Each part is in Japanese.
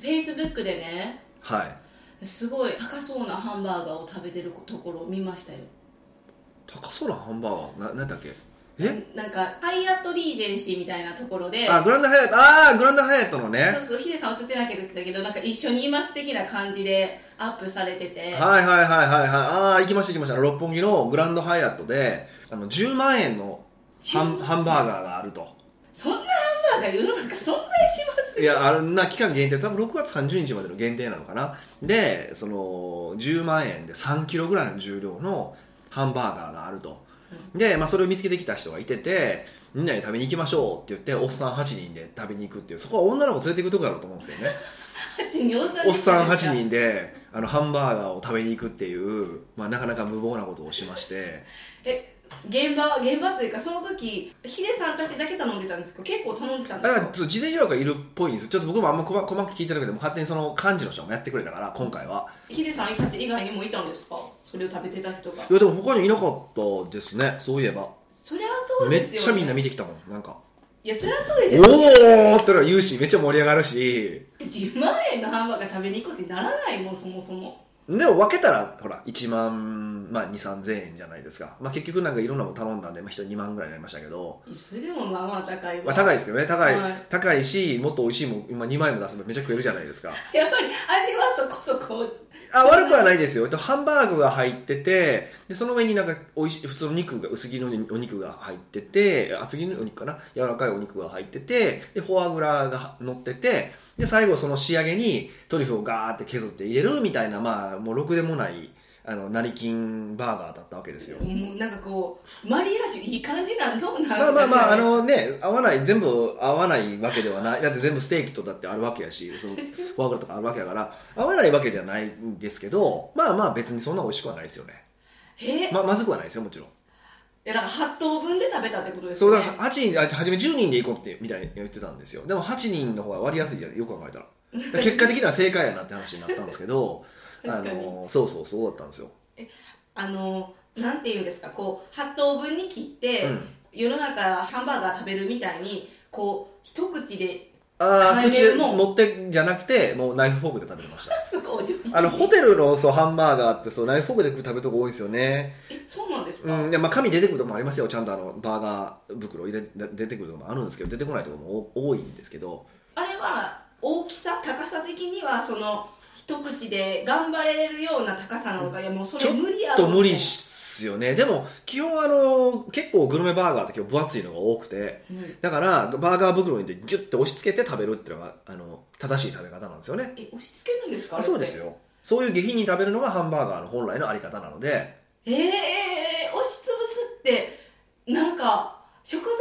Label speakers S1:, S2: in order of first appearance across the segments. S1: フェイスブックでね
S2: はい
S1: すごい高そうなハンバーガーを食べてるところを見ましたよ
S2: 高そうなハンバーガーななんだっけえ
S1: なんかハイアットリージェンシーみたいなところで
S2: あグランドハイアットああグランドハイアットのね
S1: そうそうヒデさん映ってなきゃだけどなんか一緒にいます的な感じでアップされてて
S2: はいはいはいはいはいああ行きました行きました六本木のグランドハイアットであの10万円のハン
S1: 10
S2: ハンバーガーがあると
S1: そんなハンバーガー世の中存在します
S2: いやあんな期間限定多分6月30日までの限定なのかなでその10万円で3キロぐらいの重量のハンバーガーがあるとで、まあ、それを見つけてきた人がいててみんなで食べに行きましょうって言っておっさん8人で食べに行くっていうそこは女の子連れて行くとこだろうと思うんですけどね
S1: 8人おっさん
S2: おっさん8人であのハンバーガーを食べに行くっていう、まあ、なかなか無謀なことをしまして
S1: え現場は現場というかその時ヒデさんたちだけ頼んでたんですけど結構頼んでたんで
S2: だ
S1: す
S2: から
S1: か
S2: ちょっと事前予約がいるっぽいんですよちょっと僕もあんま細細く聞いてなくても勝手にその幹事の人もやってくれたから今回は
S1: ヒデさんたち以外にもいたんですかそれを食べてた人が
S2: いやでも他にいなかったですねそういえば、
S1: そりゃそう
S2: め
S1: で
S2: っ
S1: すよ、ね、
S2: ちゃみんな見てきたもんなんか
S1: いやそりゃそう
S2: 「
S1: です
S2: お
S1: よ
S2: お!」ってのは言うしめっちゃ盛り上がるし
S1: 10万円のハンバーガー食べに行こうってならないもんそもそも
S2: でも分けたらほら1万、まあ、2 3 0 0円じゃないですか、まあ、結局なんかいろんなもの頼んだんで、まあ、人2万ぐらいになりましたけど、
S1: それでもまあまあ高いわ、
S2: まあ、高いですけどね高い、
S1: はい
S2: 高いしもっと美味しいもん今2万円も出せばめちゃ食えるじゃないですか
S1: やっぱり味はそこそこ
S2: あ悪くはないですよえっとハンバーグが入っててでその上になんかおいしい普通の肉が薄切りのお肉が入ってて厚切りのお肉かな柔らかいお肉が入っててでフォアグラが乗っててで最後その仕上げにトリュフをガーって削って入れるみたいなまあもうろくでもないあの成金バーガーだったわけですよ
S1: もうなんかこうマリアージュいい感じなんどうなん
S2: まあまあまああのね合わない全部合わないわけではないだって全部ステーキとだってあるわけやし そのフォアグラとかあるわけやから合わないわけじゃないんですけどまあまあ別にそんな美味しくはないですよね
S1: え
S2: ままずくはないですよもちろん
S1: えだから8等分で食べたってことです
S2: そ
S1: よ
S2: う
S1: ね
S2: だから8人あ初め10人で行こうってみたいに言ってたんですよでも8人の方が割りやすいじゃんよく考えた らだから結果的には正解やなって話になったんですけどあ
S1: 確かに
S2: のそうそうそうだったんですよ、
S1: あのなんていうんですかこう8等分に切って、
S2: うん、
S1: 世の中ハンバーガー食べるみたいにこう一口で
S2: ああ
S1: 買え
S2: 口
S1: る
S2: で
S1: もん
S2: 持ってじゃなくてもうナイフフォークで食べてました
S1: すごいお上品
S2: あのホテルのそうハンバーガーってそうナイフフォークで食べるとこ多いんですよね、
S1: えそうなんですか、
S2: うんでまあ、紙出てくるとこもありますよちゃんとあのバーガー袋入れ出てくるとこもあるんですけど出てこないとこも多多いんですけど
S1: あれは大きさ高さ的にはその一口で頑張れるような高さなのか、いやもうそれ無理や
S2: ちょ
S1: ろ
S2: っと無理っすよねでも基本あの結構グルメバーガーって今日分厚いのが多くて
S1: うん
S2: だからバーガー袋にでギュッて押し付けて食べるっていうのがあの正しい食べ方なんですよね
S1: え押し付けるんですか
S2: あそうです
S1: よ
S2: よそういう下品に食べるのがハンバーガーの本来のあり方なので
S1: ええ押しつぶすってなんか食材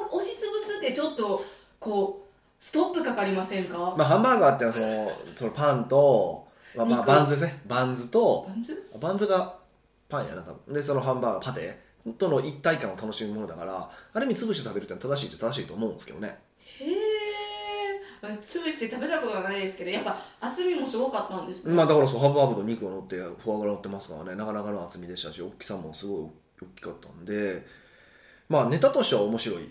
S1: を押しつぶすってちょっとこうストップかかりませんか、
S2: まあ、ハンバーガーってのはそのそのパンと、まあ、まあ
S1: 肉
S2: バンズですねバンズと
S1: バンズ
S2: バンズがパンやな多分でそのハンバーガーパテとの一体感を楽しむものだからある意味潰して食べるってのは正しいって正しいと思うんですけどね
S1: へえ潰して食べたことはないですけどやっぱ厚みもすごかったんですね、
S2: まあだからそうハンバーグと肉が乗ってフォアグラ乗ってますからねなかなかの厚みでしたし大きさもすごい大きかったんでまあネタとしては面白い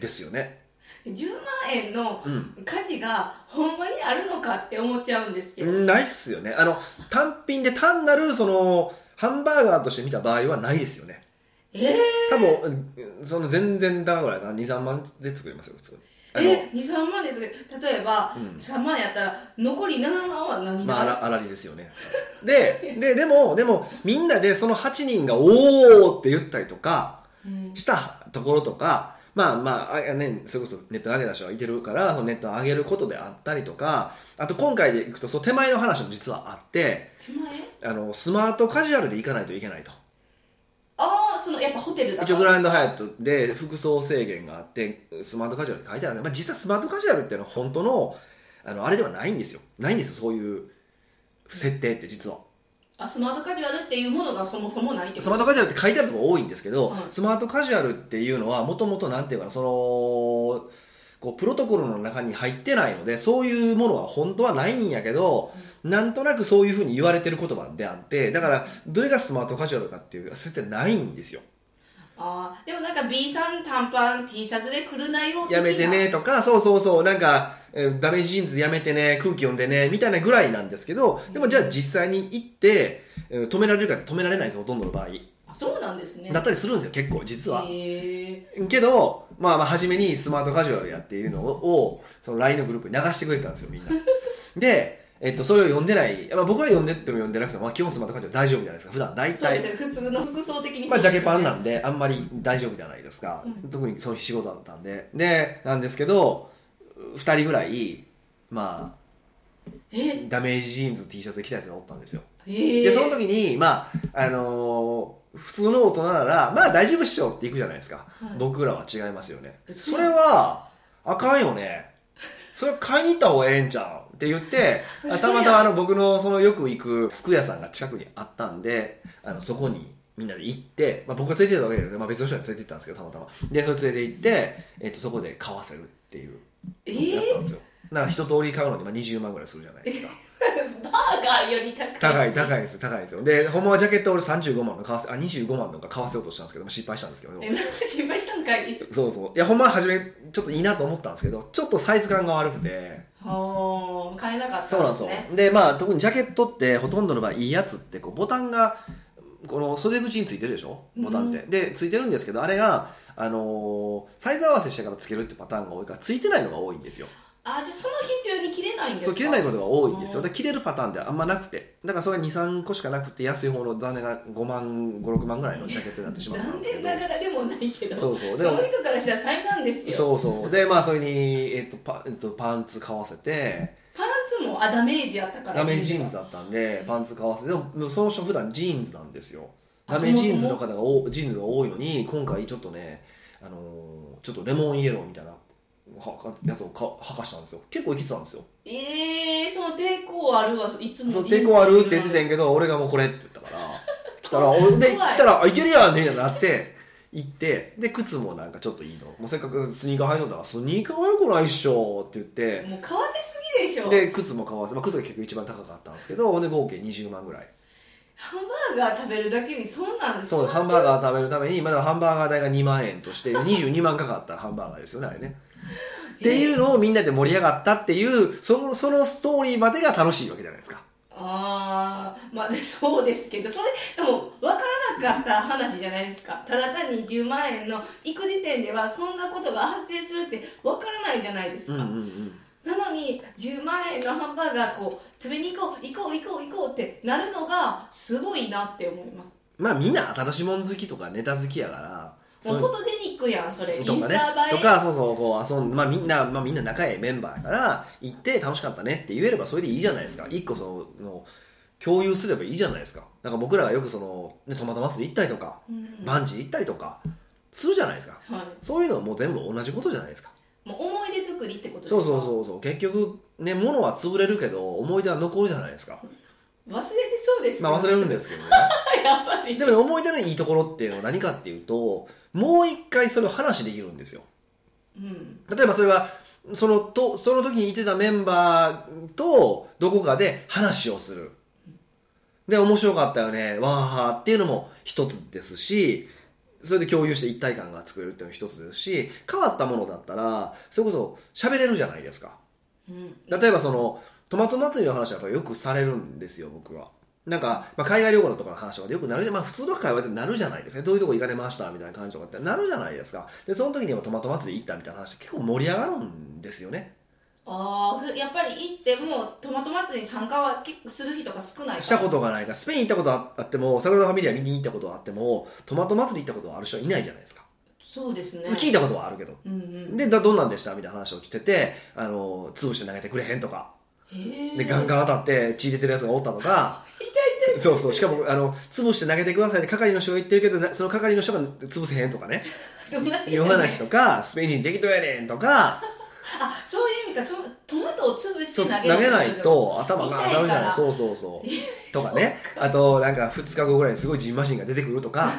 S2: ですよね
S1: 10万円の
S2: うん
S1: 価値がほんまにあるのかって思っちゃうんですけど、
S2: ないっすよねあの単品で単なるそのハンバーガーとして見た場合はないですよね
S1: ええ
S2: 多分うんその全然だから23万で作れますよ普通にあの
S1: え23万ですけど例えば、
S2: うん
S1: 3万やったら残り7万は何に
S2: まあ、
S1: な
S2: あ
S1: る、
S2: らあらりですよね。で、で、でも、でも、みんなでその8人が、おーって言ったりとか、
S1: うん
S2: したところとか、まあまあ、あね、それこそネットに上げた人がいてるから、そのネットに上げることであったりとか、あと今回でいくと、その手前の話も実はあって、
S1: 手前
S2: あの、スマートカジュアルで行かないといけないと。
S1: ああそのやっぱホテルだか
S2: 一
S1: ら
S2: 応グランドハイアットで服装制限があってスマートカジュアルって書いてあるんですけどまあ、実際スマートカジュアルっていうのは本当のあのあれではないんですよないんですよそういう設定って実は
S1: あスマートカジュアルっていうものがそもそもないって
S2: ス
S1: こと
S2: マートカジュアルって書いてあるとこ多いんですけど、
S1: はい
S2: スマートカジュアルっていうのはもともとなんていうかなそのこうプロトコルの中に入ってないのでそういうものは本当はないんやけど、なんとなくそういうふうに言われてる言葉であってだからどれがスマートカジュアルかっていう設定ないんですよ
S1: あーでもなんか B さん短パン T シャツで来るなよ的な
S2: やめてねとか、そうそうそう、なんか、えーダメージジーンズやめてね、空気読んでね、みたいなぐらいなんですけど、でもじゃあ実際に行って、えー止められるかって止められないんですよ、ほとんどの場合。
S1: あそうなんですね
S2: だったりするんですよ、結構、実は。
S1: へえ
S2: けど、まあまあ、初めにスマートカジュアルやっていうのを、その LINE のグループに流してくれたんです よ、みんな。で、えっと、それを読んでない、まあ、僕は読んでっても読んでなくても、まあ、基本スマートカジュアル大丈夫じゃないですか、普段。大
S1: そうです。
S2: 体
S1: ね普通の服装的に
S2: まあ、ジャケパンな
S1: だ
S2: んであんまり大丈夫じゃないですか、
S1: うん
S2: 特にその日仕事だったんででなんですけど2人ぐらいまあ
S1: え
S2: ダメージジーンズ T シャツで着たやつがおったんですよ
S1: へえ
S2: でその時にまああのー普通の大人ならまあ大丈夫っしょって行くじゃないですか、
S1: はい
S2: 僕らは違いますよね
S1: えそ
S2: そうれはあかんよねそれ買いに行った方がええんちゃうって 言ってあたまたまあの僕のそのよく行く服屋さんが近くにあったんであのそこにみんなで行って、まあ、僕が連れて行ったわけじゃなくて、まあ、別の人に連れて行ったんですけどたまたまでそれ連れて行って、えっとそこで買わせるっていう
S1: え
S2: ことやったん
S1: ー
S2: ですよ、なんか一通り買うのにまあ20万ぐらいするじゃないで すか
S1: バーガーより高い
S2: 高い
S1: い
S2: 高いです高いですよでほんまはジャケット俺35万の買わせあ25万のが買わせようとしたんですけどまあ失敗したんですけど
S1: えなんか心配したんかい
S2: そうそういやほんまは初めちょっといいなと思ったんですけどちょっとサイズ感が悪くて
S1: はあ買えなかった
S2: そうなんですよでまあ特にジャケットってほとんどの場合いいやつってこうボタンがこの袖口についてるでしょボタンって、
S1: う
S2: でついてるんですけどあれが、あのーサイズ合わせしてからつけるってパターンが多いからついてないのが多いんですよ
S1: あじゃあその日中に切れないんですか
S2: そう切れないことが多いんですよ
S1: うん
S2: で切れるパターンではあんまなくてだからそれが23個しかなくて安い方の残念が5万56万ぐらいのジャケットになってしまったん
S1: 残
S2: ですけ
S1: 念
S2: ど
S1: ながらでもないけど
S2: そうそう
S1: そ
S2: でも
S1: の人からしたら災難ですよ
S2: そうそうでまあそれに、えっとパえっと、パンツ買わせて
S1: パンツもあダメージあったから
S2: ダメージジーンズだったんでパンツ買わせてでもでもその人普段ジーンズなんですよダメージジーンズの方がおジーンズが多いのに今回ちょっとね、あのーちょっとレモンイエローみたいなはかやつをかはかしたんですよ結構いけてたんですよ
S1: ええー、その抵抗あるはいつも
S2: そう抵抗あるって言ってたん
S1: ん
S2: やけど俺がもうこれって言ったから 来たらおで来たらあいけるやんってみたいになって行ってで靴もなんかちょっといいのもうせっかくスニーカー履いとったからスニーカーはよくないっしょって言って
S1: もう買わせすぎでしょ
S2: で靴も買わせ、まあ、靴が結局一番高かったんですけどほんで合計20万ぐらい
S1: ハンバーガー食べるだけにそんなん
S2: そうハンバーガー食べるためにまだハンバーガー代が2万円として22万かかったハンバーガーですよねあれねっていう
S1: う
S2: のをみんなで盛り上がったっていうそのそのストーリーまでが楽しいわけじゃないですか
S1: ああまあでそうですけどそれでも分からなかった話じゃないですかただ単に10万円の行く時点ではそんなことが発生するって分からないじゃないです
S2: う
S1: か、
S2: んうんうん
S1: なのに10万円のハンバーガーこう食べに行こう行こう行こう行こうってなるのがすごいなって思います
S2: まあみんな新しいもん好きとかネタ好きやから
S1: もう
S2: う
S1: フォトジェニックやんそれイン
S2: とか
S1: スタ
S2: ね
S1: 映え
S2: とかそうそうこう遊んまあみんな、まあ、みんな仲いいメンバーやから行って楽しかったねって言えればそれでいいじゃないですか一個そのの共有すればいいじゃないですかだから僕らがよくその、ね、トマトマスで行ったりとか
S1: うん
S2: バンジー行ったりとかするじゃないですか
S1: は
S2: そういうのはもう全部同じことじゃないですか
S1: い、もう思い出作りってことです
S2: そ
S1: か
S2: うそうそうそう結局ね物は潰れるけど思い出は残るじゃないですか
S1: 忘れてそうです
S2: まあ忘れるん
S1: で
S2: ですけどね
S1: やっぱり
S2: でもね思い出のいいところっていうのは何かっていうともう一回それを話できるんですよ
S1: うん
S2: 例えばそれはそのとその時にいてたメンバーとどこかで話をするで面白かったよねわーっていうのも一つですしそれで共有して一体感が作れるっていうのも一つですし変わったものだったらそういうことを喋れるじゃないですか
S1: うん
S2: 例えばそのトマト祭りの話はやっぱりよくされるんですよ僕はなんか、まあ、海外旅行のとかの話とかでよくなるじゃん、まあ、普通の会話でなるじゃないですかどういうとこ行かれましたみたいな感じとかってなるじゃないですかでその時にもトマト祭り行ったみたいな話って結構盛り上がるんですよね
S1: ああふやっぱり行ってもトマト祭りに参加は結構する人が少ないから
S2: したことがないからスペイン行ったことああってもサグラダ・ファミリア見に行ったことはあってもトマト祭り行ったことはある人はいないじゃないですか、
S1: そうですね
S2: まあ聞いたことはあるけど
S1: うんうん
S2: でだどんなんでしたみたいな話をしててあの潰して投げてくれへんとか
S1: へえ
S2: でガンガン当たって血出てるやつがおったとかそうそうしかもあの潰して投げてくださいって係の人が言ってるけどなその係の人が潰せへんと かね
S1: どんな
S2: 読まないしとかスペイン人できとやねん とか
S1: あそういう意味かそのトマトを潰して
S2: そう
S1: 投
S2: 投
S1: げる
S2: げないと頭が上がる
S1: 痛い
S2: じゃ
S1: か
S2: ない
S1: ら
S2: そうそ うそうとかねあとなんか2日後ぐらいにすごいジンマシンが出てくるとか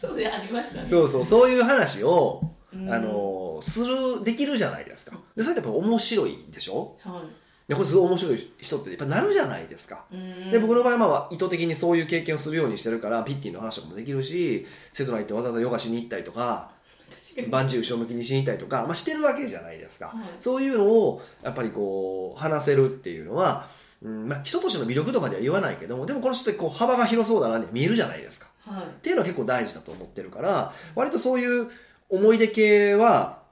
S1: そうでありましたね
S2: そうそうそういう話を
S1: うん
S2: あのするできるじゃないですかでそれってやっぱ面白いでしょ
S1: はい
S2: でこれすごい面白い人ってやっぱなるじゃないですか。
S1: うん
S2: で僕の場合はまあ意図的にそういう経験をするようにしてるからピッティの話とかもできるし瀬戸内行ってわざわざヨガしに行ったりとか
S1: 確かに
S2: バンジー後ろ向きにしに行ったりとか、まあ、してるわけじゃないですか、
S1: はい
S2: そういうのをやっぱりこう話せるっていうのは、うんまあ、人としての魅力とまでは言わないけどもでもこの人ってこう幅が広そうだなって見えるじゃないですか
S1: はい
S2: っていうのは結構大事だと思ってるから割とそういう思い出系は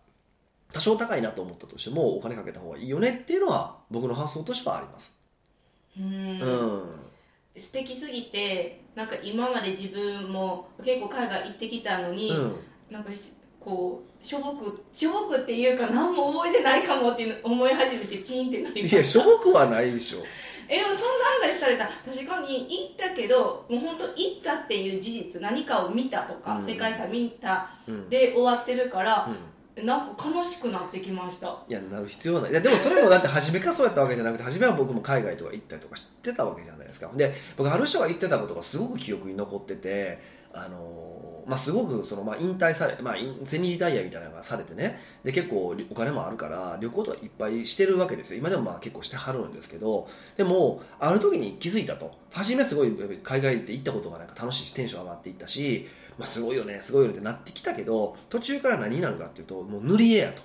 S2: 多少高いなと思ったとしてもお金かけた方がいいよねっていうのは僕の発想としてはあります。
S1: うん
S2: うん
S1: 素敵すぎてなんか今まで自分も結構海外行ってきたのに、
S2: うん
S1: なんかしこうしょぼくしょぼくっていうか何も覚えてないかもっていうの思い始めてチーンってなりま
S2: い
S1: した
S2: や、しょぼくはないでしょ。
S1: えでもそんな話された確かに行ったけどもう本当行ったっていう事実何かを見たとか、
S2: うん
S1: 世界遺産見た
S2: うん
S1: で終わってるから
S2: うん、
S1: なんか悲しくなってきました
S2: いや、なる必要はない。いや、でもそれもだって初めからそうやったわけじゃなくて、初めは僕も海外とか行ったりとかしてたわけじゃないですか。で、僕、ある人が言ってたことがすごく記憶に残ってて、あのーまあ、すごくその、まあ、引退され、まあ、引セミリタイヤみたいなのがされてねで結構お金もあるから旅行とかいっぱいしてるわけですよ今でもまあ結構してはるんですけどでもある時に気づいたと初めすごい海外って行ったことがなんか楽しいしテンション上がっていったし、まあ、すごいよねすごいよねってなってきたけど途中から何になるかっていうともう塗り絵やと。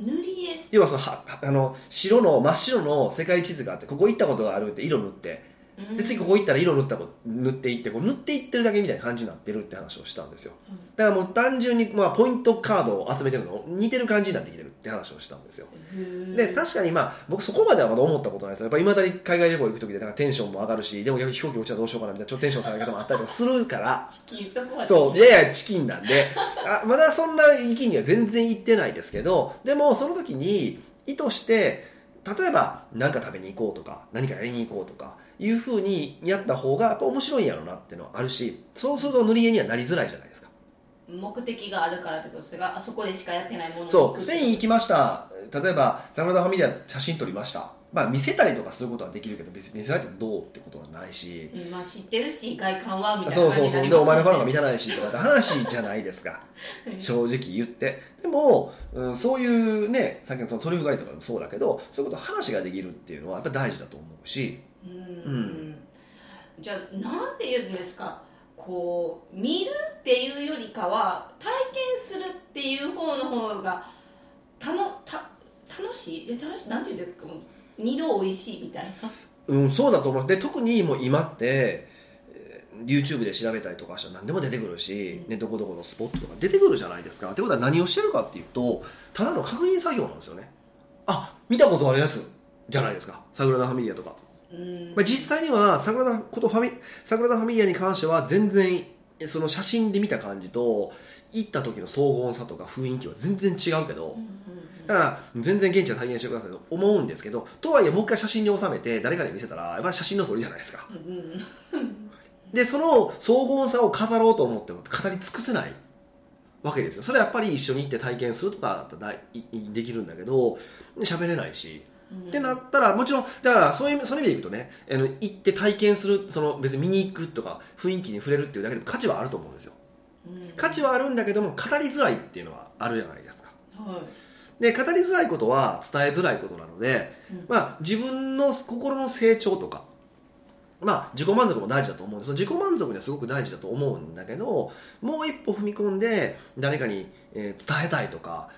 S1: 塗り絵
S2: 要はそのはあの白の真っ白の世界地図があってここ行ったことがあるって色塗ってで次ここ行ったら色塗ったこと塗っていってこう塗っていってるだけみたいな感じになってるって話をしたんですよ
S1: うん
S2: だからもう単純に、まあ、ポイントカードを集めてるの似てる感じになってきてるって話をしたんですよで確かにまあ僕そこまではまだ思ったことないですやっぱりまだに海外旅行行く時でなんかテンションも上がるしでも逆に飛行機落ちたらどうしようかなみたいなちょっとテンション下がり方もあったりとかするから
S1: チキンそこは
S2: そういやいやチキンなんで あまだそんな域には全然行ってないですけどでもその時に意図して例えば何か食べに行こうとか何かやりに行こうとかいうふうにやった方がやっぱ面白いんやろうなっていうのはあるしそうすると塗り絵にはなりづらいじゃないですか
S1: 目的があるからってことですがあそこでしかやってないものに行
S2: そ
S1: く
S2: うスペイン行きました例えばサグラダ・ファミリア写真撮りましたまあ見せたりとかすることはできるけど別に見せられてもどうってことはないし
S1: うんまあ知ってるし外観はみたい
S2: そ
S1: な
S2: う
S1: 感じに
S2: そう
S1: な
S2: そう
S1: り
S2: でお前のフ
S1: ま
S2: ァン
S1: す
S2: が見
S1: よね
S2: たないしとかって話じゃないですか
S1: うん
S2: 正直言ってでも、うん、そういうねさっきのそのトリュフ狩りとかもそうだけどそういうこと話ができるっていうのはやっぱ大事だと思うし
S1: うんじゃあなんて言うんですかこう見るっていうよりかは体験するっていう方の方がたのた楽しいで楽しいなんて言うんですかもう二度美味しいみたいな
S2: うんそうだと思うで特にもう今ってえー YouTube で調べたりとかしたら何でも出てくるし、
S1: うん
S2: ね、どこどこのスポットとか出てくるじゃないですかってことは何をしてるかっていうとただの確認作業なんですよねあ見たことあるやつじゃないですかサグラダ・ファミリアとか
S1: うん
S2: まあ、実際にはサグラダことファミサグラダ・ファミリアに関しては全然その写真で見た感じと行った時の荘厳さとか雰囲気は全然違うけ
S1: う
S2: ど
S1: んうん
S2: だから全然現地は体現してくださいと思うんですけどとはいえもう一回写真に収めて誰かに見せたらやっぱり写真の通りじゃないですか
S1: うんうんうん
S2: でその荘厳さを語ろうと思っても語り尽くせないわけですよそれはやっぱり一緒に行って体験するとかだったらいいできるんだけど喋れないし
S1: うん
S2: ってなったらもちろんだからそういうそういう意味でいくとねあの行って体験するその別に見に行くとか雰囲気に触れるっていうだけでも価値はあると思うんですよ
S1: うん
S2: 価値はあるんだけども語りづらいっていうのはあるじゃないですか
S1: は
S2: で語りづらいことは伝えづらいことなので、
S1: うん
S2: まあ、自分の心の成長とか、まあ、自己満足も大事だと思うんです自己満足にはすごく大事だと思うんだけどもう一歩踏み込んで誰かに、えー伝えたいとか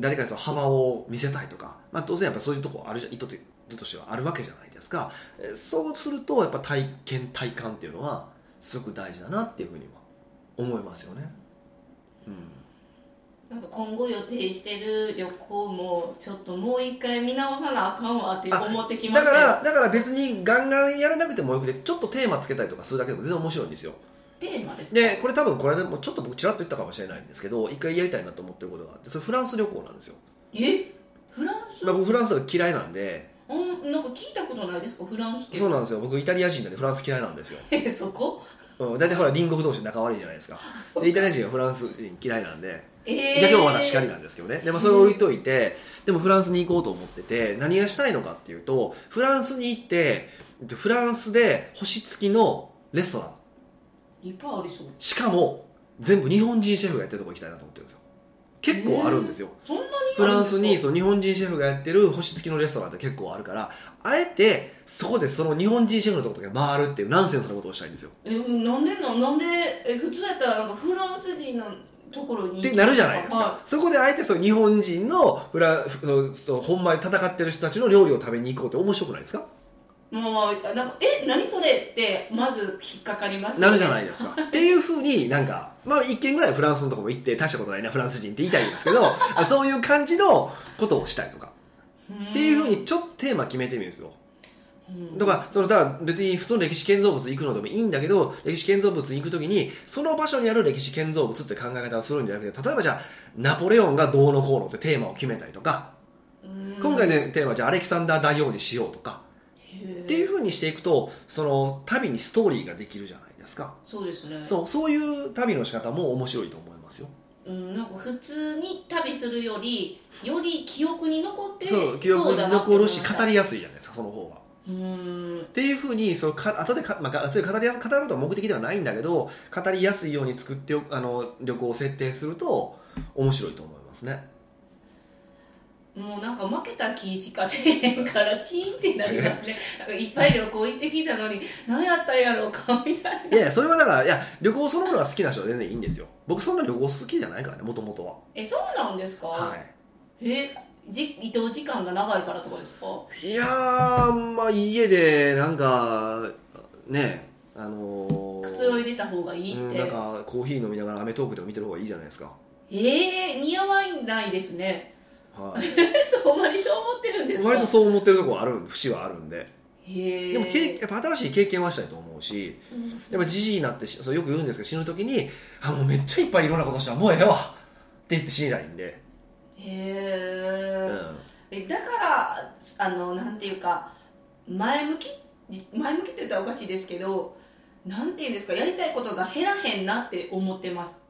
S2: 誰かにその幅を見せたいとか、まあ、当然やっぱそういうとこあるじゃ意図と意図としてはあるわけじゃないですかえーそうするとやっぱ体験体感っていうのはすごく大事だなっていうふうには思いますよね。うん
S1: いなんか今後予定してる旅行もちょっともう一回見直さなあかんわって思ってきま
S2: だ
S1: した
S2: か
S1: よ
S2: らだから別にガンガンやらなくてもよくてちょっとテーマつけたりとかするだけでも全然面白いんですよ
S1: テーマですか
S2: でこれ多分これでもちょっと僕ちらっと言ったかもしれないんですけど一回やりたいなと思ってることがあってそれフランス旅行なんですよ、
S1: えフランス
S2: まあ、僕フランスが嫌いなんで
S1: うん、なんか聞いたことないですかフランス系
S2: そうなんですよ僕イタリア人なんでフランス嫌いなんですよ、
S1: え そこ
S2: うん、大体ほら隣国同士仲悪いじゃないですかでイタリア人はフランス人嫌いなんで
S1: えー、
S2: 逆もまだ叱りなんですけどねで、まあ、それを置いといてでもフランスに行こうと思ってて何がしたいのかっていうとフランスに行ってフランスで星付きのレストラン
S1: いっぱいありそう
S2: しかも全部日本人シェフがやってるとこ行きたいなと思ってるんですよ結構あるんですよ、
S1: そんなに
S2: フランスにその日本人シェフがやってる星付きのレストランって結構あるからあえてそこでその日本人シェフのとことかに回るっていうナンセンスなことをしたいんですよ
S1: えなんでななんでえ普通やったらなんかフランス人のところに
S2: ってなるじゃないですか、
S1: は
S2: そこであえてその日本人のフラそのその本場で戦ってる人たちの料理を食べに行こうって面白くないですか
S1: いもうなんかえ何それってまず引っかかります
S2: なるじゃないいですか。っていうふうになんか、まあ一軒ぐらいフランスのとこも行って大したことないなフランス人って言いたいんですけどあそういう感じのことをしたいとかっていうふうにちょっとテーマ決めてみるんですよ。とかそのだから別に普通の歴史建造物行くのでもいいんだけど歴史建造物に行く時にその場所にある歴史建造物って考え方をするんじゃなくて例えばじゃあナポレオンがどうのこうのってテーマを決めたりとか今回のテーマはじゃあアレキサンダー大王にしようとか
S1: っ
S2: っていうふうにしていくとその旅にストーリーができるじゃないですか。
S1: そうですね
S2: そうそういう旅の仕方も面白いと思いますよ。
S1: うん、なんか普通に旅するよりより記憶に残って
S2: そう記憶
S1: そうだ
S2: に
S1: なって
S2: 残
S1: 思い
S2: る
S1: ま
S2: し
S1: した
S2: 語りやすいじゃないですかその方が。
S1: うん
S2: っていうふうにそのか後でか、まあ、後で語りや語ることは目的ではないんだけど語りやすいように作っておあの旅行を設定すると面白いと思いますね。
S1: もうなんか負けた気しかせえへんからチーンってなります ねなんかいっぱい旅行行ってきたのに何やったんやろうかみたい
S2: い
S1: な
S2: やいやそれはだからいや旅行そのものが好きな人は全然いいんですよ。僕そんな旅行好きじゃないからねもともとは。
S1: えそうなんですか、
S2: はい
S1: えじ移動時間が長いからとかですか
S2: いやーまあ家でなんかねあのー
S1: 靴を入れた方がいいっ
S2: うん
S1: て、
S2: なんかコーヒー飲みながらアメトーークとか見てる方がいいじゃないですか。
S1: えー、似合わないですね
S2: はい
S1: そうほんまにそう思ってるんですか
S2: 割とそう思ってるところある節はあるんで
S1: へー
S2: でも経やっぱ新しい経験はしたいと思うし
S1: うん
S2: やっぱじじいになってしそうよく言うんですけど死ぬ時にあもうめっちゃいっぱいいろんなことしたもうええわって言って死にたいんで、う
S1: へ
S2: ん
S1: ーえだからあのなんていうか前向きじ前向きって言ったらおかしいですけどなんていうんですかやりたいことが減らへんなって思ってます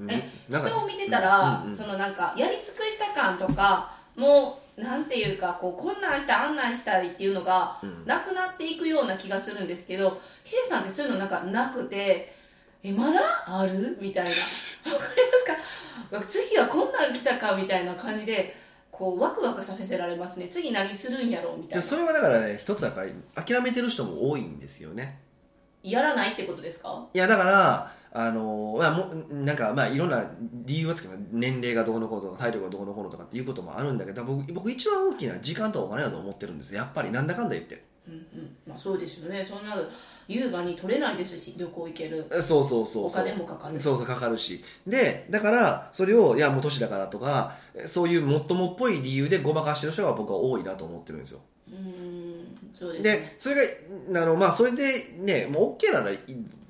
S2: うん
S1: え
S2: なんか
S1: 人を見てたら、
S2: うんうん
S1: そのなんかやり尽くした感とかもうなんていうかこうこんなんしたあんなんしたりっていうのが
S2: うん
S1: なくなっていくような気がするんですけどヒデさんってそういうのなんかなくてえまだあるみたいなわかりますか次はこんなん来たかみたいな感じでこうワクワクさせられますね次何するんやろうみた
S2: で
S1: い
S2: も
S1: な
S2: それはだからね一つやっぱり諦めてる人も多いんですよね
S1: やらないってことですか
S2: いやだからあのまあ、もなんかまあいろんな理由はつけば年齢がどうのこうのとか体力がどうのこうのとかっていうこともあるんだけど僕僕一番大きな時間とお金だと思ってるんですやっぱりなんだかんだ言って
S1: うんうんまあそうですよねそんな優雅に取れないですし旅行行ける
S2: そうそうそうそう
S1: お金もかかるし
S2: そうそうかかるしでだからそれをいやもう年だからとかそういうもっともっぽい理由でごまかしてる人が僕は多いなと思ってるんですよ
S1: うーんそうですね
S2: でそれがあのまあそれでねもう OK ならい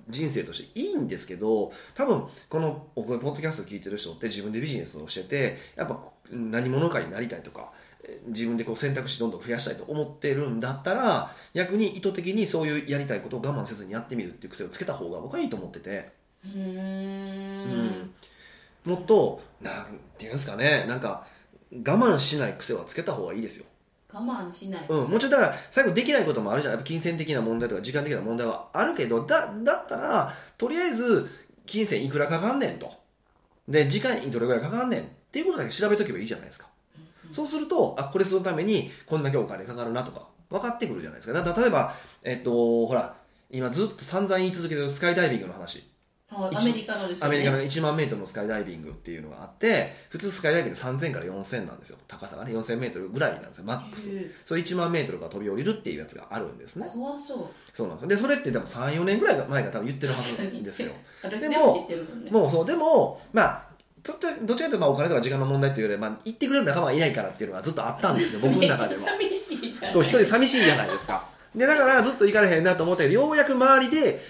S2: 人生としていいんですけど多分この僕がポッドキャストを聞いてる人って自分でビジネスをしててやっぱ何者かになりたいとかえ自分でこう選択肢どんどん増やしたいと思ってるんだったら逆に意図的にそういうやりたいことを我慢せずにやってみるっていう癖をつけた方が僕はいいと思ってて。
S1: うーん
S2: うんもっとなんていうんですかねなんか我慢しない癖はつけた方がいいですよ、
S1: 我慢しない、
S2: うん、もちろんだから最後できないこともあるじゃないやっぱ金銭的な問題とか時間的な問題はあるけどだだったらとりあえず金銭いくらかかんねんとで時間どれぐらいかかんねんっていうことだけ調べとけばいいじゃないですかそうするとあこれするためにこんだけお金かかるなとか分かってくるじゃないですかだから例えばえっとほら今ずっと散々言い続けてるスカイダイビングの話
S1: はい、
S2: 一
S1: アメリカのですよ
S2: ア
S1: ね
S2: メリカの1万メートルのスカイダイビングっていうのがあって普通スカイダイビング3000から4000なんですよ高さがね4000メートルぐらいなんですよマックス
S1: へえ
S2: それ1万メートルから飛び降りるっていうやつがあるんですね
S1: 怖そう
S2: そうなんですよでそれって多分34年ぐらい前が多分言ってるはずなん ですよ
S1: 私
S2: で
S1: で
S2: も
S1: も知ってるもんね
S2: もうそうでもまあちょっとどっちかというとまあお金とか時間の問題というよりは、まあ、言ってくれる仲間がいないからっていうのがずっとあったんですよ僕の
S1: めっちゃ
S2: 中でも
S1: 寂しいじゃない
S2: そう一人寂しいじゃないですかでだからずっと行かれへんなと思ってようやく周りで、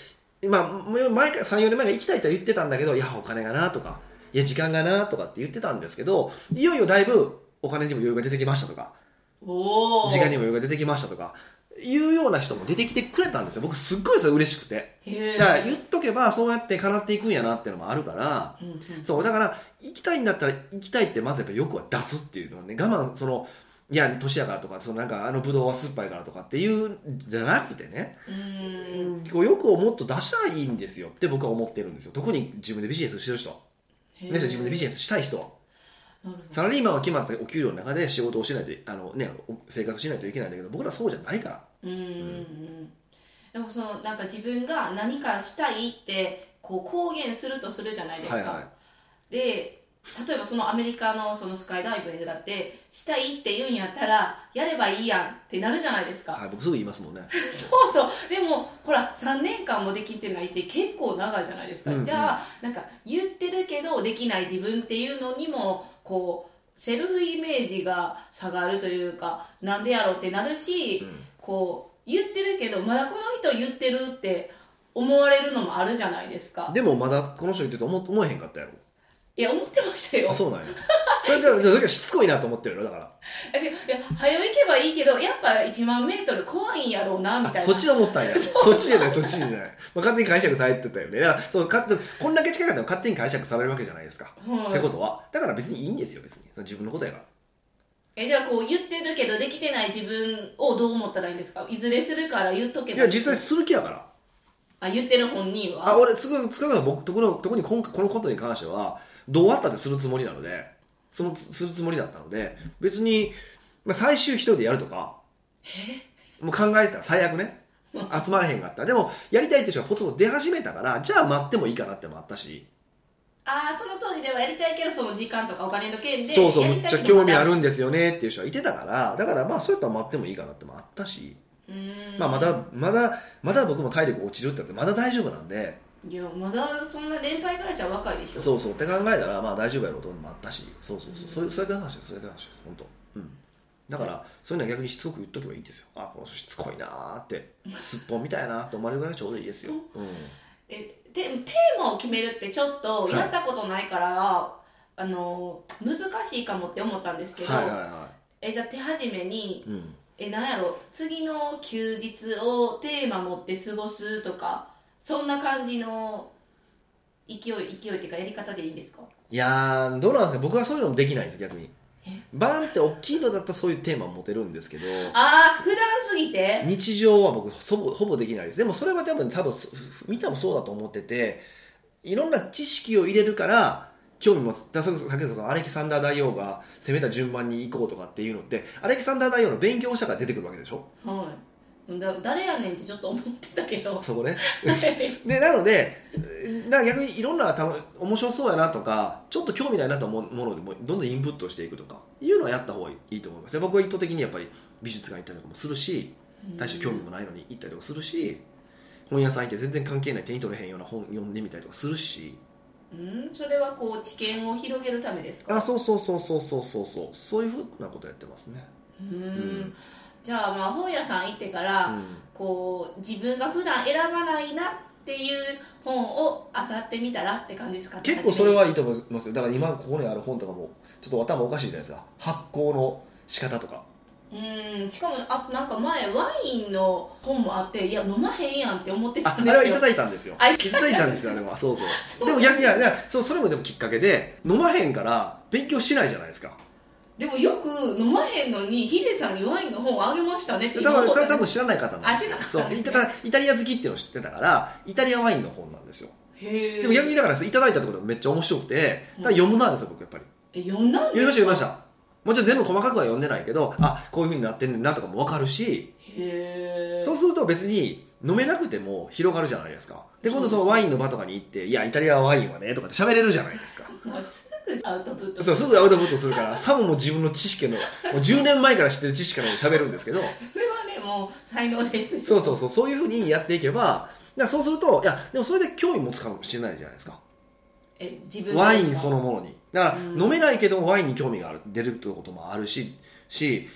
S2: まあ、もう前から34年前から行きたいとは言ってたんだけどいやお金がなとかいや時間がなとかって言ってたんですけどいよいよだいぶお金にも余裕が出てきましたとか
S1: おお
S2: 時間に
S1: へ
S2: も余裕が出てきましたとかいうような人も出てきてくれたんですよ僕すっごいそれ嬉しくて
S1: え
S2: だから言っとけばそうやって叶っていくんやなっていうのもあるから
S1: うんうん
S2: そうだから行きたいんだったら行きたいってまずやっぱ欲は出すっていうのはね我慢そのいや年やからとかそのなんかあのブドウは酸っぱいからとかっていうんじゃなくてね、
S1: うーん
S2: こう欲をもっと出したらいいんですよって僕は思ってるんですよ特に自分でビジネスしてる人、
S1: へえ
S2: ね自分でビジネスしたい人は
S1: なるほど
S2: サラリーマンは決まったお給料の中で仕事をしないとあの、ね、お生活しないといけないんだけど僕らそうじゃないから
S1: うんうんうんでもそのなんか自分が何かしたいってこう公言するとするじゃないですか、
S2: はいは
S1: で例えばそのアメリカのそのスカイダイビングだってしたいって言うんやったらやればいいやんってなるじゃないです
S2: い、
S1: か、
S2: はい、僕すぐ言いますもんね
S1: そうそうでもほら3年間もできてないって結構長いじゃないですか、
S2: うんうん
S1: じゃあなんか言ってるけどできない自分っていうのにもこうセルフイメージが下がるというかなんでやろうってなるし、
S2: うん
S1: こう言ってるけどまだこの人言ってるって思われるのもあるじゃないですか
S2: でもまだこの人言ってると思思えへんかったやろ
S1: いや思ってましたよ
S2: あそうなんやそれだからだからしつこいなと思ってるよだから
S1: いやいや早行けばいいけどやっぱ1万メートル怖いんやろうなみたいな
S2: あそっちは思ったんや そっちじゃないそっちじゃない、まあ、勝手に解釈されてたよねだからそうかこんだけ近かったら勝手に解釈されるわけじゃないですか、
S1: はい
S2: ってことはだから別にいいんですよ別にその自分のことやから
S1: えじゃあこう言ってるけどできてない自分をどう思ったらいいんですかいずれするから言っとけ
S2: い
S1: ば
S2: や実際する気やから
S1: あ言ってる本人は
S2: あ俺つくつくが僕特に特に今回このことに関してはどうあったってするつもりなのでそのするつもりだったので別に、まあ、最終一人でやるとかもう考えてたら最悪ね集まれへんかったでもやりたいって人がポツポツ出始めたからじゃあ待ってもいいかなってのもあったし
S1: あーその当時ではやりたいけどその時間とかお金の件で
S2: そうそう
S1: や
S2: む
S1: り
S2: った
S1: い
S2: ちゃ
S1: けど
S2: 興味あ
S1: まだ
S2: るんですよねっていう人はいてたからだからまあそうやったら待ってもいいかなってのもあったし、
S1: うーん
S2: まあ、まだまだまだ僕も体力落ちるってなってまだ大丈夫なんで
S1: いやまだそんな年配からしたら若いでしょ
S2: そうそうって考えたらまあ大丈夫やろうともあったしそうそうそう、そういうそれが話ですそれが話です本当うんだからそういうのは逆にしつこく言っとけばいいんですよあこの人しつこいなーってすっぽんみたいなーって思われるぐらいちょうどいいですよ、うん、
S1: えでテーマを決めるってちょっと
S2: はい
S1: やったことないから、あの難しいかもって思ったんですけど、
S2: はいはいは
S1: えじゃあ手始めに
S2: い、うん、
S1: えなんやろ次の休日をテーマ持って過ごすとかそんな感じの勢い勢いっていうかやり方でいいんですか
S2: いやーどうなんですか僕はそういうのもできないんですよ逆に
S1: え
S2: バーンって大きいのだったらそういうテーマ持てるんですけど
S1: ああ普段すぎて
S2: 日常は僕ほぼほぼできないですでもそれは多分多分そ見たもそうだと思ってていろんな知識を入れるから興味もだそれこそ先ほどそのアレキサンダー大王が攻めた順番に行こうとかっていうのってアレキサンダー大王の勉強をしたから出てくるわけでしょ
S1: はいだ誰やねんってちょっと思ってたけど
S2: そこねでなのでだから逆にいろんなた面白そうやなとかちょっと興味ないなと思うものでもどんどんインプットしていくとかいうのはやった方がいいと思いますで僕は意図的にやっぱり美術館行ったりとかもするし大して興味もないのに行ったりとかするし本屋さん行って全然関係ない手に取れへんような本読んでみたりとかするし
S1: うんそれはこう知見を広げるためですか
S2: あそうそうそうそうそうそうそうそういうふうなことやってますね、
S1: う
S2: うん
S1: んじゃあまあ本屋さん行ってから、こう自分が普段選ばないなっていう本を漁ってみたらって感じですかね
S2: 結構それはいいと思いますよだから今ここにある本とかもちょっと頭おかしいじゃないですか発行の仕方とか
S1: うんしかもあなんか前ワインの本もあっていや飲まへんやんって思って
S2: あ
S1: た
S2: あ
S1: んで
S2: れはい
S1: す
S2: た
S1: よ
S2: だいたんですよ
S1: あい
S2: いただいたんですよあれは そうそうでも逆にいやいやそうそれもでもきっかけで飲まへんから勉強しないじゃないですか
S1: でもよく飲まへんのにヒデさんにワインの本あげましたねって
S2: 多
S1: 言うこ
S2: 分
S1: と
S2: それは多分知らない方なんですよ
S1: あ知
S2: そ
S1: らな
S2: う
S1: かった
S2: イタイタリア好きっていうのを知ってたからイタリアワインの本なんですよ
S1: へえ
S2: でも逆にだからいただいたってことがめっちゃ面白くて、だから読むなんですよ、僕やっぱり。
S1: え読んだん
S2: 読
S1: で
S2: みま
S1: す
S2: した、読みました。もちろん全部細かくは読んでないけど、あこういうふうになってんねんなとかも分かるし、
S1: へえ
S2: そうすると別に飲めなくても広がるじゃないですか。で、今度そのワインの場とかに行って、いや、イタリアワインはね、とかって喋れるじゃないですか。
S1: もうすぐアウトプット
S2: そうすぐアウトプットするから、サムも自分の知識の、もう10年前から知ってる知識のこと喋るんですけど、
S1: それはねもう才能ですよ
S2: そうそうそう、そういうふうにやっていけば、だからそうすると、いや、でもそれで興味持つかもしれないじゃないですか。
S1: え自分の
S2: ワインそのものにだから
S1: うん
S2: 飲めないけどもワインに興味がある出るということもあるしし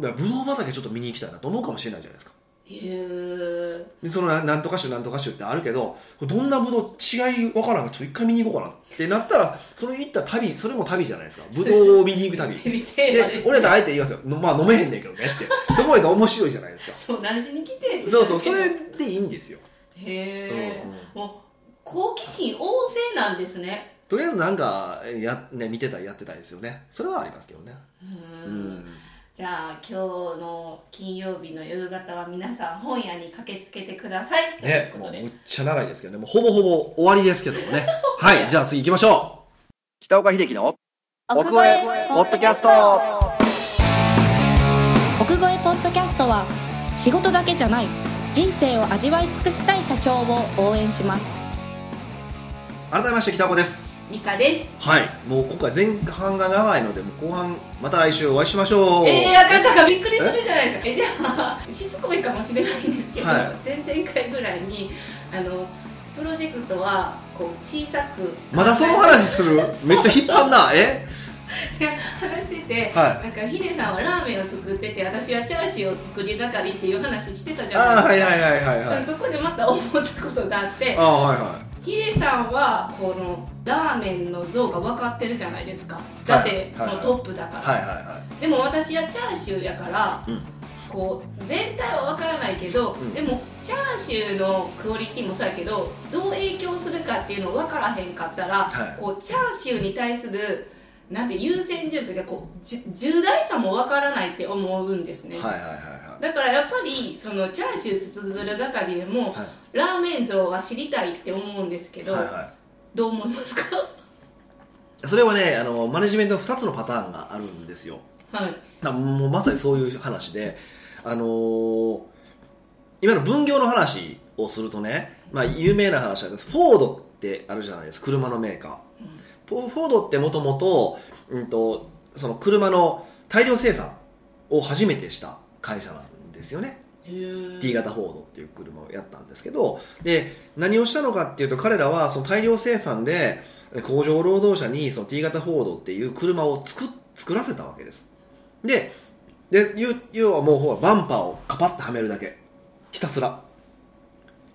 S2: だからブドウ畑ちょっと見に行きたいなと思うかもしれないじゃないですか
S1: へえ
S2: でそのななんとか種なんとか種ってあるけどこれどんなブドウ違い分からんけど一回見に行こうかなってなったらそれ行った旅それも旅じゃないですかブドウを見に行 く旅
S1: テレビテーマで
S2: です俺らあえて言いますよのまあ飲めへんねんけどねってそこまで面白いじゃないですか
S1: そう何しに来てって
S2: そうそうそ
S1: 言っ
S2: れ
S1: たけど
S2: でいいんですよ、
S1: へえ、
S2: うんうん
S1: もう好奇心旺盛なんですね
S2: とりあえずなんかや、ね、見てたりやってたりですよねそれはありますけどね
S1: うん
S2: うん
S1: じゃあ今日の金曜日の夕方は皆さん本屋に駆けつけてくださいという
S2: ね、
S1: こ
S2: も
S1: と
S2: う
S1: で、
S2: むっちゃ長いで すけどね、もうほぼほぼ終わりですけどもね。はい、じゃあ次行きましょう。北岡秀樹の
S3: 奥越えポッドキャスト奥越えポッドキャストは仕事だけじゃない人生を味わい尽くしたい社長を応援します
S2: 改めまして北子です
S1: ミカです
S2: はいもう今回前半が長いのでもう後半また来週お会いしましょう
S1: えー、あかんかんかんびっくりするじゃないですかえじゃあしつこいかもしれないんですけど、
S2: は
S1: 前々回ぐらいにあのプロジェクトはこう小さく
S2: まだその話するめっちゃ引っ張んなえ
S1: って話してて、
S2: は
S1: なんかヒデさんはラーメンを作ってて私はチャーシューを作りがかりっていう話してたじゃ
S2: ああ
S1: な
S2: はいい
S1: ですか
S2: はいはいはいはい
S1: そこでまた思ったことがあって
S2: ああはいは
S1: ヒデさんはこのラーメンの像が分かってるじゃないですかだってそ
S2: はい
S1: のトップだから、
S2: いはいはいはい
S1: でも私はチャーシューやから、
S2: うん
S1: こう全体は分からないけど、
S2: うん
S1: でもチャーシューのクオリティもそうやけどどう影響するかっていうの分からへんかったら、
S2: はい
S1: こうチャーシューに対するなんて優先順位というかこうじ重大さも分からないって思うんですね、
S2: はいはいは
S1: だからやっぱりそのチャーシューつつぐる係でも、
S2: はい
S1: ラーメン像は知りたいって思うんですけ
S2: い
S1: ど、
S2: はいは
S1: どう思い ますか
S2: いそれはねあのマネジメントの2つのパターンがあるんですよ
S1: はい
S2: なもうまさにそういう話で、あのー今の分業の話をするとね、まあ、有名な話なんですフォードってあるじゃないですか車のメーカー、フォフォードってもともと,、うん、とその車の大量生産を初めてした会社なんですよね T 型フォードっていう車をやったんですけどで何をしたのかっていうと彼らはその大量生産で工場労働者にその T 型フォードっていう車を作っ作らせたわけですでで要要はもうほらバンパーをカパッとはめるだけひたすら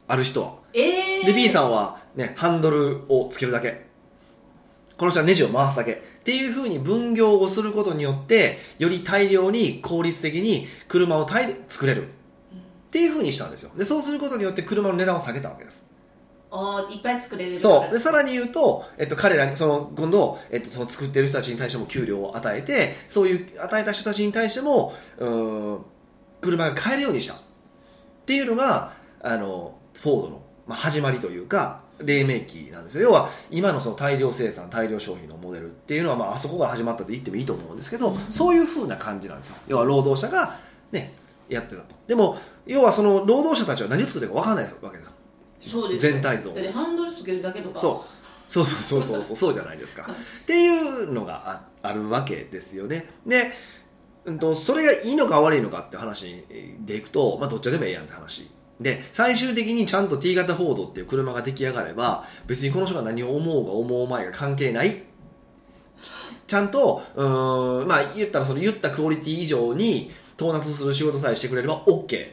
S2: ある人は
S1: えー、
S2: で B さんは、ね、ハンドルをつけるだけこの人はネジを回すだけっていうふうに分業をすることによってより大量に効率的に車を大量作れるっていうふうにしたんですよでそうすることによって車の値段を下げたわけです
S1: あーいっぱい作れるから
S2: そうでさらに言うと、えっと、彼らにその今度、えっと、その作ってる人たちに対しても給料を与えてそういう与えた人たちに対してもうーん車が買えるようにしたっていうのがあのフォードの、まあ、始まりというか黎明期なんですよ要は今のその大量生産大量消費のモデルっていうのは、まあ、あそこから始まったと言ってもいいと思うんですけど、そういうふうな感じなんですよ要は労働者がねやってたとでも要はその労働者たちは何を作ってるか分からないわけですよ
S1: そうですよ
S2: 全体像
S1: だってハンドルつけるだけとか
S2: そうそうそうそうそうそうそうじゃないですか。っていうのがああるわけですよね。で、うん、とそれがいいのか悪いのかって話でいくと、まあ、どっちでもええやんって話。で最終的にちゃんと T 型フォードっていう車が出来上がれば別にこの人が何を思うが思うまいが関係ないちゃんとうーんまあ言ったらその言ったクオリティ以上に到達する仕事さえしてくれれば OK っ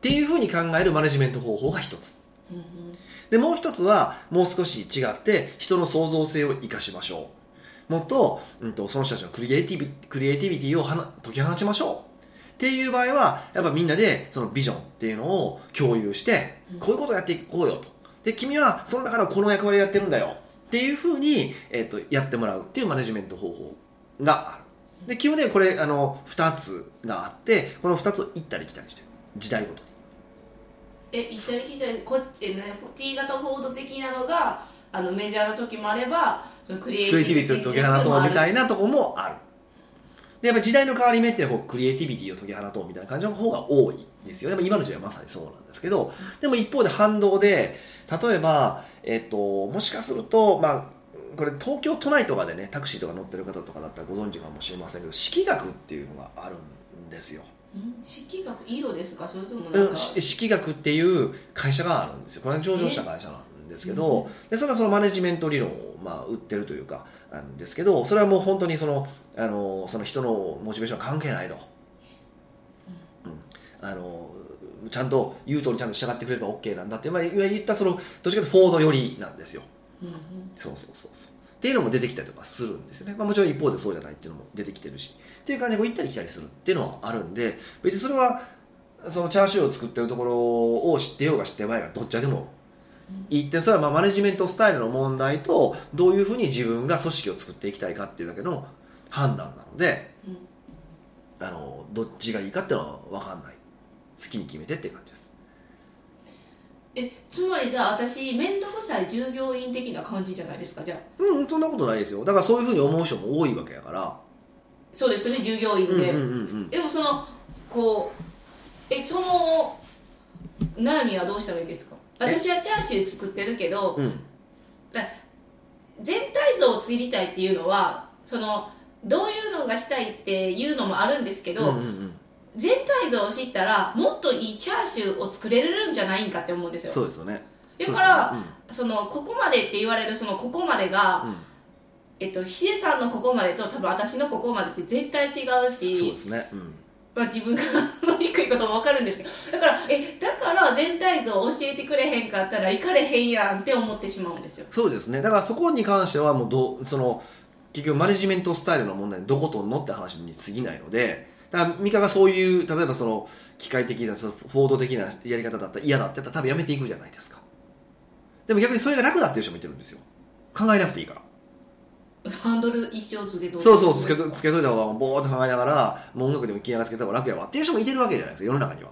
S2: ていうふうに考えるマネジメント方法が一つ
S1: うんうん、
S2: でもう一つはもう少し違って人の創造性を生かしましょうもっと,、うん、とその人たちのクリエイティビクリエイティビティをはな解き放ちましょうっていう場合はやっぱみんなでそのビジョンっていうのを共有して
S1: うん
S2: こういうことをやっていこうよとで君はその中のこの役割をやってるんだよっていうふうに、えっとやってもらうっていうマネジメント方法があるで基本でこれあの2つがあってこの2つを行ったり来たりしてる時代ごとに
S1: え行ったり来たりこえ、ね、T 型フォード的なのがあのメジャーな時もあればそのクリエイテ
S2: クリエイティビ
S1: ィ
S2: ティ
S1: ビ
S2: を
S1: ティ
S2: 解き放とうみた
S1: い
S2: いなとこもあるでやっぱ時代の変わり目っていうのはこうクリエイティビティを解き放とうみたいな感じの方が多いですよねやっぱ今の時代はまさにそうなんですけどでも一方で反動で例えば、えっともしかすると、まあ、これ東京都内とかでねタクシーとか乗ってる方とかだったらご存知かもしれませんけど色学っていうのがあるんですよ
S1: 色学色ですかそれともなん
S2: う
S1: か
S2: ん、し色学っていう会社があるんですよこれは上場した会社なんですけど、でそれはそのマネジメント理論をまあ売ってるというかなんですけどそれはもう本当にそのあのその人のモチベーションは関係ないと、うん、あのちゃんと言う通りちゃんと従ってくれれば OK なんだって、まあ、いわゆる言ったそのどっちかというとフォード寄りなんですよ
S1: うんうん
S2: そうそうそうそうっていうのも出てきたりとかするんですよね、まあ、もちろん一方でそうじゃないっていうのも出てきてるしっていう感じでこう行ったり来たりするっていうのはあるんで別にそれはそのチャーシューを作ってるところを知ってようが知ってまいがどっちでもいいってそれはまあマネジメントスタイルの問題とどういうふうに自分が組織を作っていきたいかっていうだけの判断なので
S1: うん
S2: あのどっちがいいかっていうのは分かんない好きに決めてっていう感じです
S1: えつまりじゃあ私面倒くさい従業員的な感じじゃないですかじゃあ
S2: うんそんなことないですよだからそういうふうに思う人も多いわけだから
S1: そうですよね従業員
S2: うんうん
S1: で、
S2: うんうん
S1: でもそのこうえその悩みはどうしたらいいですか私はチャーシュー作ってるけど
S2: うん
S1: 全体像を知りたいっていうのはそのどういうのがしたいっていうのもあるんですけど、
S2: うんうんうん
S1: 全体像を知ったらもっといいチャーシューを作れるんじゃないんかって思うんですよ
S2: そうですよね
S1: だから
S2: そうで
S1: そのここまでって言われるそのここまでが、えっと、ヒデさんのここまでと多分私のここまでって絶対違うし
S2: すようんうんそうですねうん
S1: まあ、自分がその低いことも分かるんですけどだからえだから全体像を教えてくれへんかったら行かれへんやんって思ってしまうんですよ
S2: そうですねだからそこに関してはもうどうその結局マネジメントスタイルの問題にどことんのって話に過ぎないのでだから美香がそういう例えばその機械的なその報道的なやり方だったら嫌だってやったら多分やめていくじゃないですかでも逆にそれが楽だっていう人もいてるんですよ考えなくていいから
S1: ハンドル一生つけと
S2: そうそうつけと
S1: 確
S2: つけといた方がぼーっと考えながらもう音楽でも聴きながらつけた方が楽やわっていう人もいてるわけじゃないですか世の中には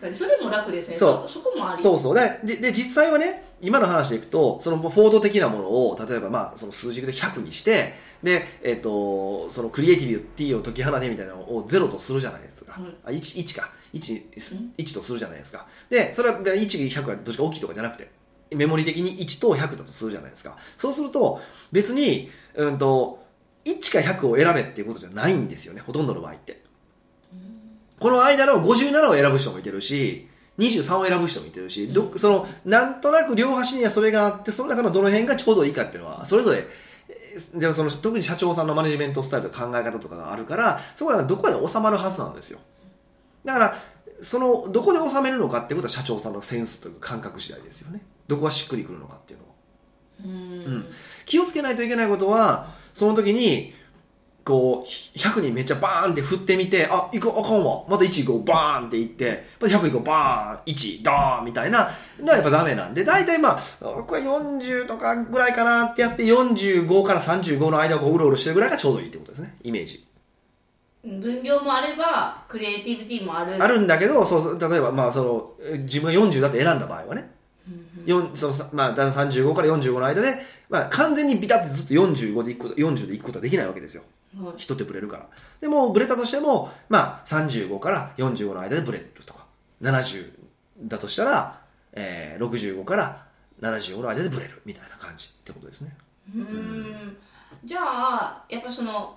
S1: かにそれも楽ですね
S2: そ
S1: そそこもあり
S2: そうそうででで実際はね今の話でいくとそのフォード的なものを例えばまあその数軸で100にしてで、えっとそのクリエイティビティを解き放てみたいなのを0とするじゃないですか、
S1: はい
S2: あ 1, 1か 1, 1とするじゃないですかでそれは1100がどっちか大きいとかじゃなくてメモリ的に1と100だとするじゃないですかそうすると別に、うん、と1か100を選べっていうことじゃないんですよねほとんどの場合って
S1: うん
S2: この間の57を選ぶ人もいてるし23を選ぶ人もいてるしどそのなんとなく両端にはそれがあってその中のどの辺がちょうどいいかっていうのはそれぞれえーでもその特に社長さんのマネジメントスタイルと考え方とかがあるからそこはどこかで収まるはずなんですよだからそのどこで収めるのかってことは社長さんのセンスというか感覚次第ですよねどこがしっくりくるのかっていうのは
S1: うん
S2: うん気をつけないといけないことはその時にこうひ100にめっちゃバーンって振ってみてあ行こうあかんわまた1行こうバーンっていってまた100行こうバーン1ドーンみたいなのはやっぱダメなんで大体まあこれ40とかぐらいかなってやって45から35の間をこううろうろしてるぐらいがちょうどいいってことですねイメージ
S1: 分業もあればクリエイティビティもある
S2: あるんだけどそうそう例えばまあそのえ自分が40だって選んだ場合はね
S1: うん
S2: よんそのさまあ、だんだん35から45の間で、まあ、完全にビタってずっと45でいくこと40でいくことはできないわけですよ
S1: うんはい
S2: 人ってブレるからでもブレたとしても、まあ、35から45の間でブレるとか70だとしたら、えー、65から75の間でブレるみたいな感じってことですね
S1: うんじゃあやっぱその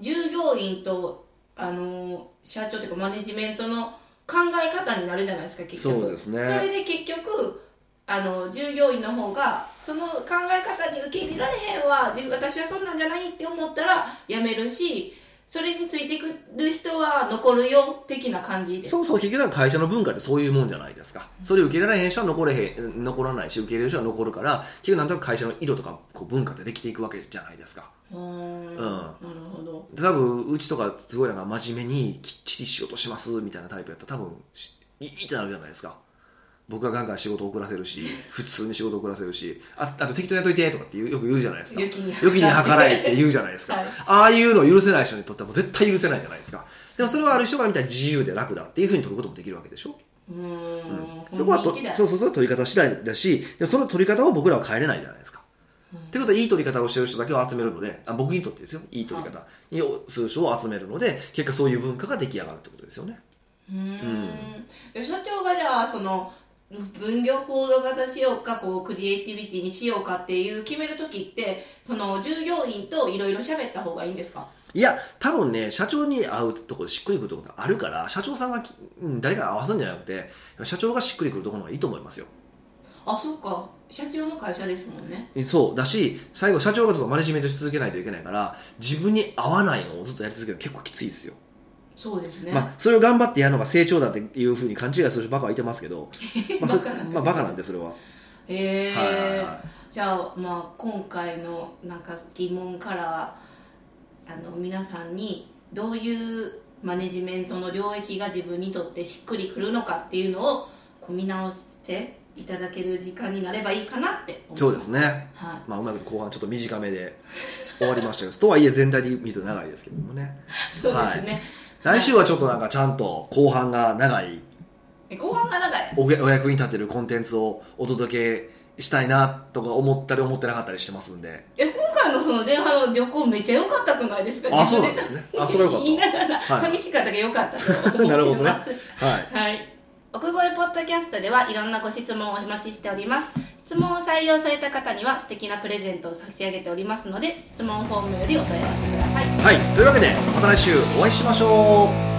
S1: 従業員とあの社長というかマネジメントの考え方になるじゃないですか結局
S2: そうですね
S1: それで結局あの従業員の方がその考え方に受け入れられへんわ自分私はそんなんじゃないって思ったら辞めるしそれについてくる人は残るよ的な感じです
S2: そうそう結局は会社の文化ってそういうもんじゃないですかそれを受け入れられへん人は残れへん残らないし受け入れる人は残るから結局なんとなく会社の色とかこう文化ってできていくわけじゃないですか
S1: うーん
S2: ん
S1: なるほど
S2: 多分うちとかすごいなんか真面目にきっちり仕事しますみたいなタイプやったら多分しいいってなるじゃないですか僕はガンガン仕事遅らせるし 普通に仕事遅らせるしああと適当にやっといてとかって言うよく言うじゃないですか
S1: 良きに計らえ
S2: 良きに計らえって言うじゃないですか、
S1: はい
S2: ああいうのを許せない人にとってはもう絶対許せないじゃないですかでもそれはある人が見たら自由で楽だっていうふうに取ることもできるわけでしょ
S1: うーん
S2: そこはと
S1: 本人次第
S2: そうそうそう取り方次第だしでもその取り方を僕らは変えれないじゃないです
S1: う
S2: か。
S1: ん
S2: ってことはいい取り方をしてる人だけを集めるのであ僕にとってですよいい取り方にする人を集めるので結果そういう文化が出来上がるってことですよね。
S1: うーんえ社長がじゃあその分業報道型しようかこうクリエイティビティにしようかっていう決める時ってその従業員といろいろ喋った方がいいんですか
S2: いや多分ね社長に会うところでしっくりくるところがあるから社長さんがきうん誰かに合わせるんじゃなくて社長がしっくりくるところがいいと思いますよ。
S1: あそっか社長の会社ですもんね
S2: そうだし最後社長がずっとマネジメントし続けないといけないから自分に合わないのをずっとやり続けるの結構きついですよ。
S1: そうですね、
S2: まあ、それを頑張ってやるのが成長だっていうふうに勘違いする人ばかはいてますけ ど、まあ、そ
S1: バカなんだ
S2: まあ、バカなんでそれは、
S1: へえ
S2: はいはいは
S1: じゃあ、まあ、今回のなんか疑問からあの皆さんにどういうマネジメントの領域が自分にとってしっくりくるのかっていうのをこう見直していただける時間になればいいかなって
S2: い、
S1: 思い
S2: そう
S1: ま。
S2: ですすね、
S1: はい
S2: まあ、うまく後半ちょっと短めで終わりましたけどとはいえ全体で見ると長いですけどもね
S1: そうですね。
S2: 来週はちょっとなんかちゃんと後半が長い
S1: え後半がなんか
S2: おげお役に立てるコンテンツをお届けしたいなとか思ったり思ってなかったりしてますんで
S1: え今回のその前半の旅行めっちゃ良かったくないですか
S2: あそうなんですねあそれはよか
S1: 言い
S2: っ
S1: ながら、
S2: はい
S1: 寂しかったが良かったと思ってます
S2: なるほどねたはい
S1: はい。奥越ポッドキャストではいろんなご質問をお待ちしております。質問を採用された方には素敵なプレゼントを差し上げておりますので、質問フォームよりお問い合わせください。
S2: はいというわけでまた来週お会いしましょう